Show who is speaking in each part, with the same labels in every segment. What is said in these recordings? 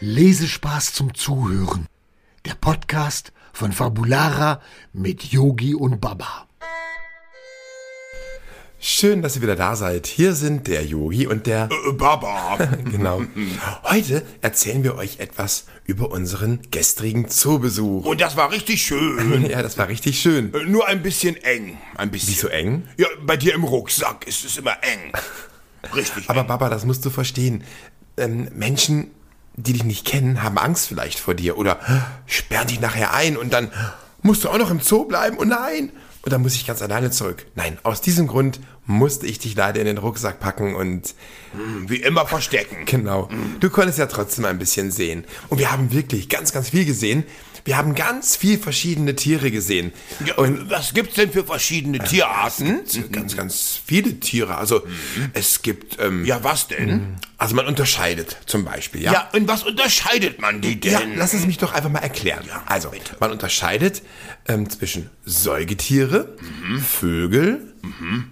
Speaker 1: Lesespaß zum Zuhören. Der Podcast von Fabulara mit Yogi und Baba.
Speaker 2: Schön, dass ihr wieder da seid. Hier sind der Yogi und der
Speaker 3: Äh, Baba.
Speaker 2: genau. Heute erzählen wir euch etwas über unseren gestrigen Zoobesuch.
Speaker 3: Und das war richtig schön.
Speaker 2: Ja, das war richtig schön.
Speaker 3: Äh, Nur ein bisschen eng. Ein bisschen.
Speaker 2: Wieso eng?
Speaker 3: Ja, bei dir im Rucksack ist es immer eng. Richtig.
Speaker 2: Aber
Speaker 3: eng.
Speaker 2: Baba, das musst du verstehen. Ähm, Menschen, die dich nicht kennen, haben Angst vielleicht vor dir oder sperren dich nachher ein und dann musst du auch noch im Zoo bleiben. Oh nein! Und dann muss ich ganz alleine zurück. Nein, aus diesem Grund musste ich dich leider in den Rucksack packen und
Speaker 3: wie immer verstecken.
Speaker 2: Genau. Du konntest ja trotzdem ein bisschen sehen. Und wir haben wirklich ganz, ganz viel gesehen. Wir haben ganz viel verschiedene Tiere gesehen.
Speaker 3: Ja,
Speaker 2: Und
Speaker 3: Und Äh, was gibt's denn für verschiedene Tierarten?
Speaker 2: ganz, ganz viele Tiere. Also es gibt, ähm,
Speaker 3: Mhm. Ja, was denn?
Speaker 2: also man unterscheidet zum Beispiel,
Speaker 3: Hm, Ja,
Speaker 2: ja.
Speaker 3: in was unterscheidet man die
Speaker 2: Ja,
Speaker 3: denn?
Speaker 2: lass es mich doch einfach mal erklären. also, man unterscheidet ähm, zwischen Säugetiere,
Speaker 3: Mhm.
Speaker 2: Vögel,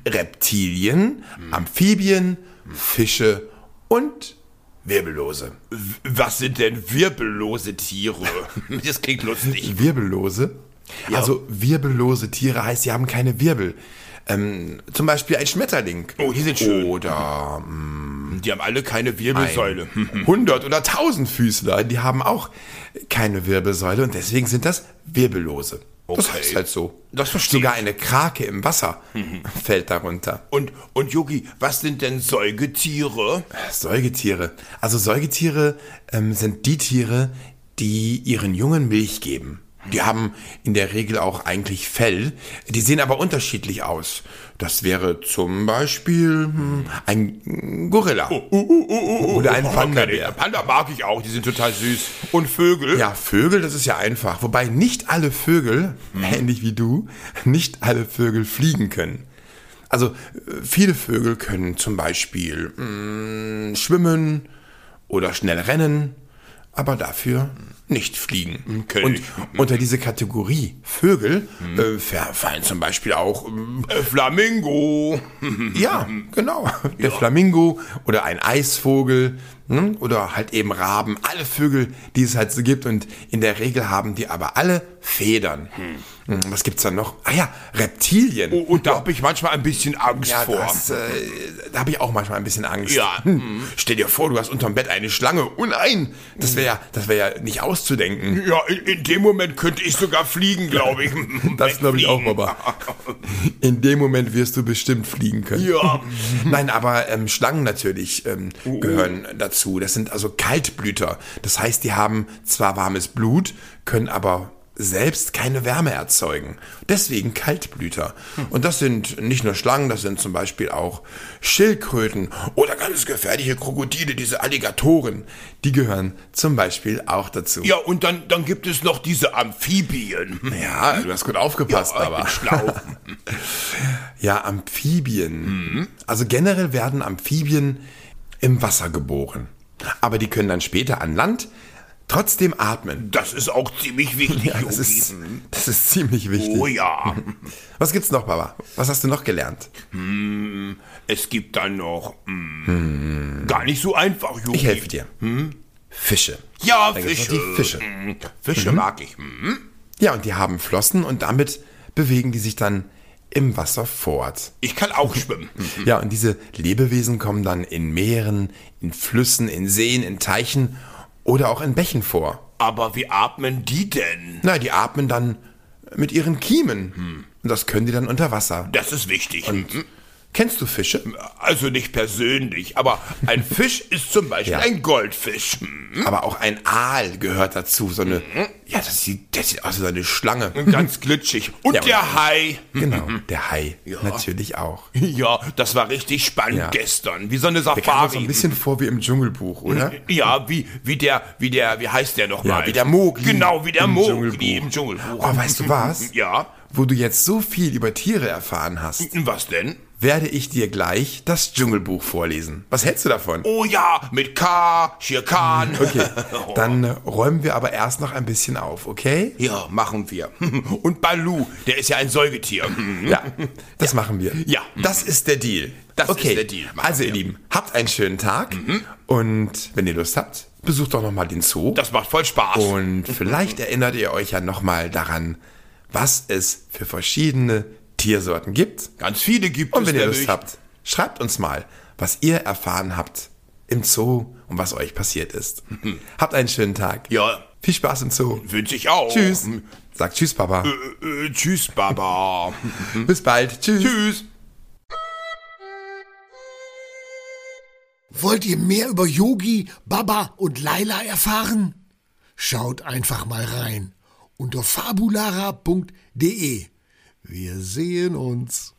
Speaker 2: Reptilien,
Speaker 3: Mhm.
Speaker 2: Amphibien, Fische und Wirbellose.
Speaker 3: W- was sind denn wirbellose Tiere? Das klingt lustig.
Speaker 2: Wirbellose? Also wirbellose Tiere heißt, sie haben keine Wirbel. Ähm, zum Beispiel ein Schmetterling.
Speaker 3: Oh, die sind schön.
Speaker 2: Oder
Speaker 3: hm, Die haben alle keine Wirbelsäule.
Speaker 2: 100 oder 1000 Füßler, die haben auch keine Wirbelsäule und deswegen sind das Wirbellose. Das
Speaker 3: Okay.
Speaker 2: heißt halt so.
Speaker 3: Das verstehe Mhm.
Speaker 2: Sogar eine Krake im Wasser fällt darunter.
Speaker 3: Und, und Yogi, was sind denn Säugetiere?
Speaker 2: Säugetiere. Also Säugetiere ähm, sind die Tiere, die ihren Jungen Milch geben. Die haben in der Regel auch eigentlich Fell. Die sehen aber unterschiedlich aus. Das wäre zum Beispiel hm, ein Gorilla. Oder ein Panda-Bär.
Speaker 3: Panda mag ich auch, die sind total süß. Und Vögel?
Speaker 2: Ja, Vögel, das ist ja einfach. Wobei nicht alle Vögel, ähnlich wie du, nicht alle Vögel fliegen können. Also äh, viele Vögel können zum Beispiel mh, schwimmen oder schnell rennen, aber dafür nicht fliegen.
Speaker 3: Okay.
Speaker 2: Und unter diese Kategorie Vögel äh, ver- fallen zum Beispiel auch ähm,
Speaker 3: Mhm. Äh, Flamingo.
Speaker 2: ja, genau. Der Flamingo oder ein Eisvogel ne? oder halt eben Raben. Alle Vögel, die es halt so gibt. Und in der Regel haben die aber alle Federn. Hm, Was gibt's da noch? Ah ja, Reptilien.
Speaker 3: Oh, Und da habe ich manchmal ein bisschen Angst
Speaker 2: Ja,
Speaker 3: vor.
Speaker 2: das, äh, da habe ich auch manchmal ein bisschen Angst.
Speaker 3: Ja. mhm.
Speaker 2: Hm. Stell dir vor, du hast unterm Bett eine Schlange. Oh nein, das wäre ja, das wäre ja nicht auszudenken.
Speaker 3: Ja, in, in dem Moment könnte ich sogar fliegen, glaube ich.
Speaker 2: Das glaube ich auch,
Speaker 3: Wegfliegen.
Speaker 2: Baba. In dem Moment wirst du bestimmt fliegen können.
Speaker 3: Ja.
Speaker 2: Nein, aber ähm, Schlangen natürlich ähm,
Speaker 3: Uh,
Speaker 2: gehören dazu. Das sind also Kaltblüter. Das heißt, die haben zwar warmes Blut, können aber selbst keine Wärme erzeugen. Deswegen Kaltblüter.
Speaker 3: Hm.
Speaker 2: Und das sind nicht nur Schlangen, das sind zum Beispiel auch Schildkröten oder ganz gefährliche Krokodile, diese Alligatoren. Die gehören zum Beispiel auch dazu.
Speaker 3: Ja, und dann, dann gibt es noch diese Amphibien. Äh,
Speaker 2: Ja, du hast gut aufgepasst,
Speaker 3: Ja, ich
Speaker 2: aber.
Speaker 3: bin schlau.
Speaker 2: ja, Amphibien. Also generell werden Amphibien im Wasser geboren. Aber die können dann später an Land trotzdem atmen.
Speaker 3: Das ist auch ziemlich wichtig,
Speaker 2: Das
Speaker 3: Yogi.
Speaker 2: ist, das ist ziemlich
Speaker 3: Oh
Speaker 2: wichtig.
Speaker 3: ja.
Speaker 2: Was gibt's noch, Baba? Was hast du noch gelernt?
Speaker 3: Es gibt dann noch. Mh, Gar nicht so einfach, Yogi.
Speaker 2: Hm. Ich helfe dir. Fische.
Speaker 3: Ja,
Speaker 2: Da gibt's noch
Speaker 3: Fische.
Speaker 2: Die Fische. Mhm.
Speaker 3: Mh, Fische mag ich. Hm. Mh.
Speaker 2: Ja, und die haben Flossen und damit bewegen die sich dann im Wasser fort.
Speaker 3: Ich kann auch schwimmen.
Speaker 2: Ja, und diese Lebewesen kommen dann in Meeren, in Flüssen, in Seen, in Teichen oder auch in Bächen vor.
Speaker 3: Aber wie atmen die denn?
Speaker 2: Na, die atmen dann mit ihren Kiemen. Und das können die dann unter Wasser.
Speaker 3: Das ist wichtig. Hm,
Speaker 2: Kennst du Fische?
Speaker 3: Also nicht persönlich, aber ein Fisch ist zum Beispiel
Speaker 2: Ja.
Speaker 3: ein Goldfisch. Hm.
Speaker 2: Aber auch ein Aal gehört dazu. So eine, ja, das sieht, das sieht aus wie so eine Schlange.
Speaker 3: Ganz glitschig. Und
Speaker 2: Ja,
Speaker 3: der
Speaker 2: aber-
Speaker 3: Hai.
Speaker 2: Genau, der Hai. Natürlich auch.
Speaker 3: Ja, das war richtig spannend
Speaker 2: Ja.
Speaker 3: gestern. Wie so eine
Speaker 2: Der kam mir so ein
Speaker 3: Safari.
Speaker 2: bisschen vor wie im Dschungelbuch, oder?
Speaker 3: Ja, wie, wie der, wie der, wie heißt der nochmal?
Speaker 2: Ja, wie der Mogli
Speaker 3: Genau, wie der
Speaker 2: im
Speaker 3: Mogli
Speaker 2: Dschungelbuch.
Speaker 3: im Dschungelbuch.
Speaker 2: Oh, weißt du was?
Speaker 3: Ja.
Speaker 2: Wo du jetzt so viel über Tiere erfahren hast,
Speaker 3: Was denn?
Speaker 2: werde ich dir gleich das Dschungelbuch vorlesen. Was hältst du davon?
Speaker 3: Oh ja, mit K, Schirkan.
Speaker 2: Mhm, Okay, dann äh, räumen wir aber erst noch ein bisschen auf, okay?
Speaker 3: Ja, machen wir. Und Balu, der ist ja ein Säugetier.
Speaker 2: Ja, das machen wir.
Speaker 3: Ja.
Speaker 2: Das ist der Deal.
Speaker 3: Das
Speaker 2: okay.
Speaker 3: ist der Deal. Machen Mhm.
Speaker 2: Also ihr Lieben, habt einen schönen Tag und wenn ihr Lust habt, Besucht doch nochmal den Zoo.
Speaker 3: Das macht voll Spaß.
Speaker 2: Und vielleicht erinnert ihr euch ja nochmal daran, was es für verschiedene Tiersorten gibt.
Speaker 3: Ganz viele gibt
Speaker 2: Und
Speaker 3: es
Speaker 2: wenn ihr
Speaker 3: nämlich.
Speaker 2: Lust habt, schreibt uns mal, was ihr erfahren habt im Zoo und was euch passiert ist. Habt einen schönen Tag.
Speaker 3: Mhm. Ja,
Speaker 2: Viel Spaß im Zoo.
Speaker 3: wünsche ich auch.
Speaker 2: Tschüss. Sagt Tschüss, Papa.
Speaker 3: Äh, äh, tschüss, Baba.
Speaker 2: Bis bald. Tschüss.
Speaker 3: tschüss.
Speaker 1: Wollt ihr mehr über Yogi, Baba und Laila erfahren? Schaut einfach mal rein unter fabulara.de. Wir sehen uns.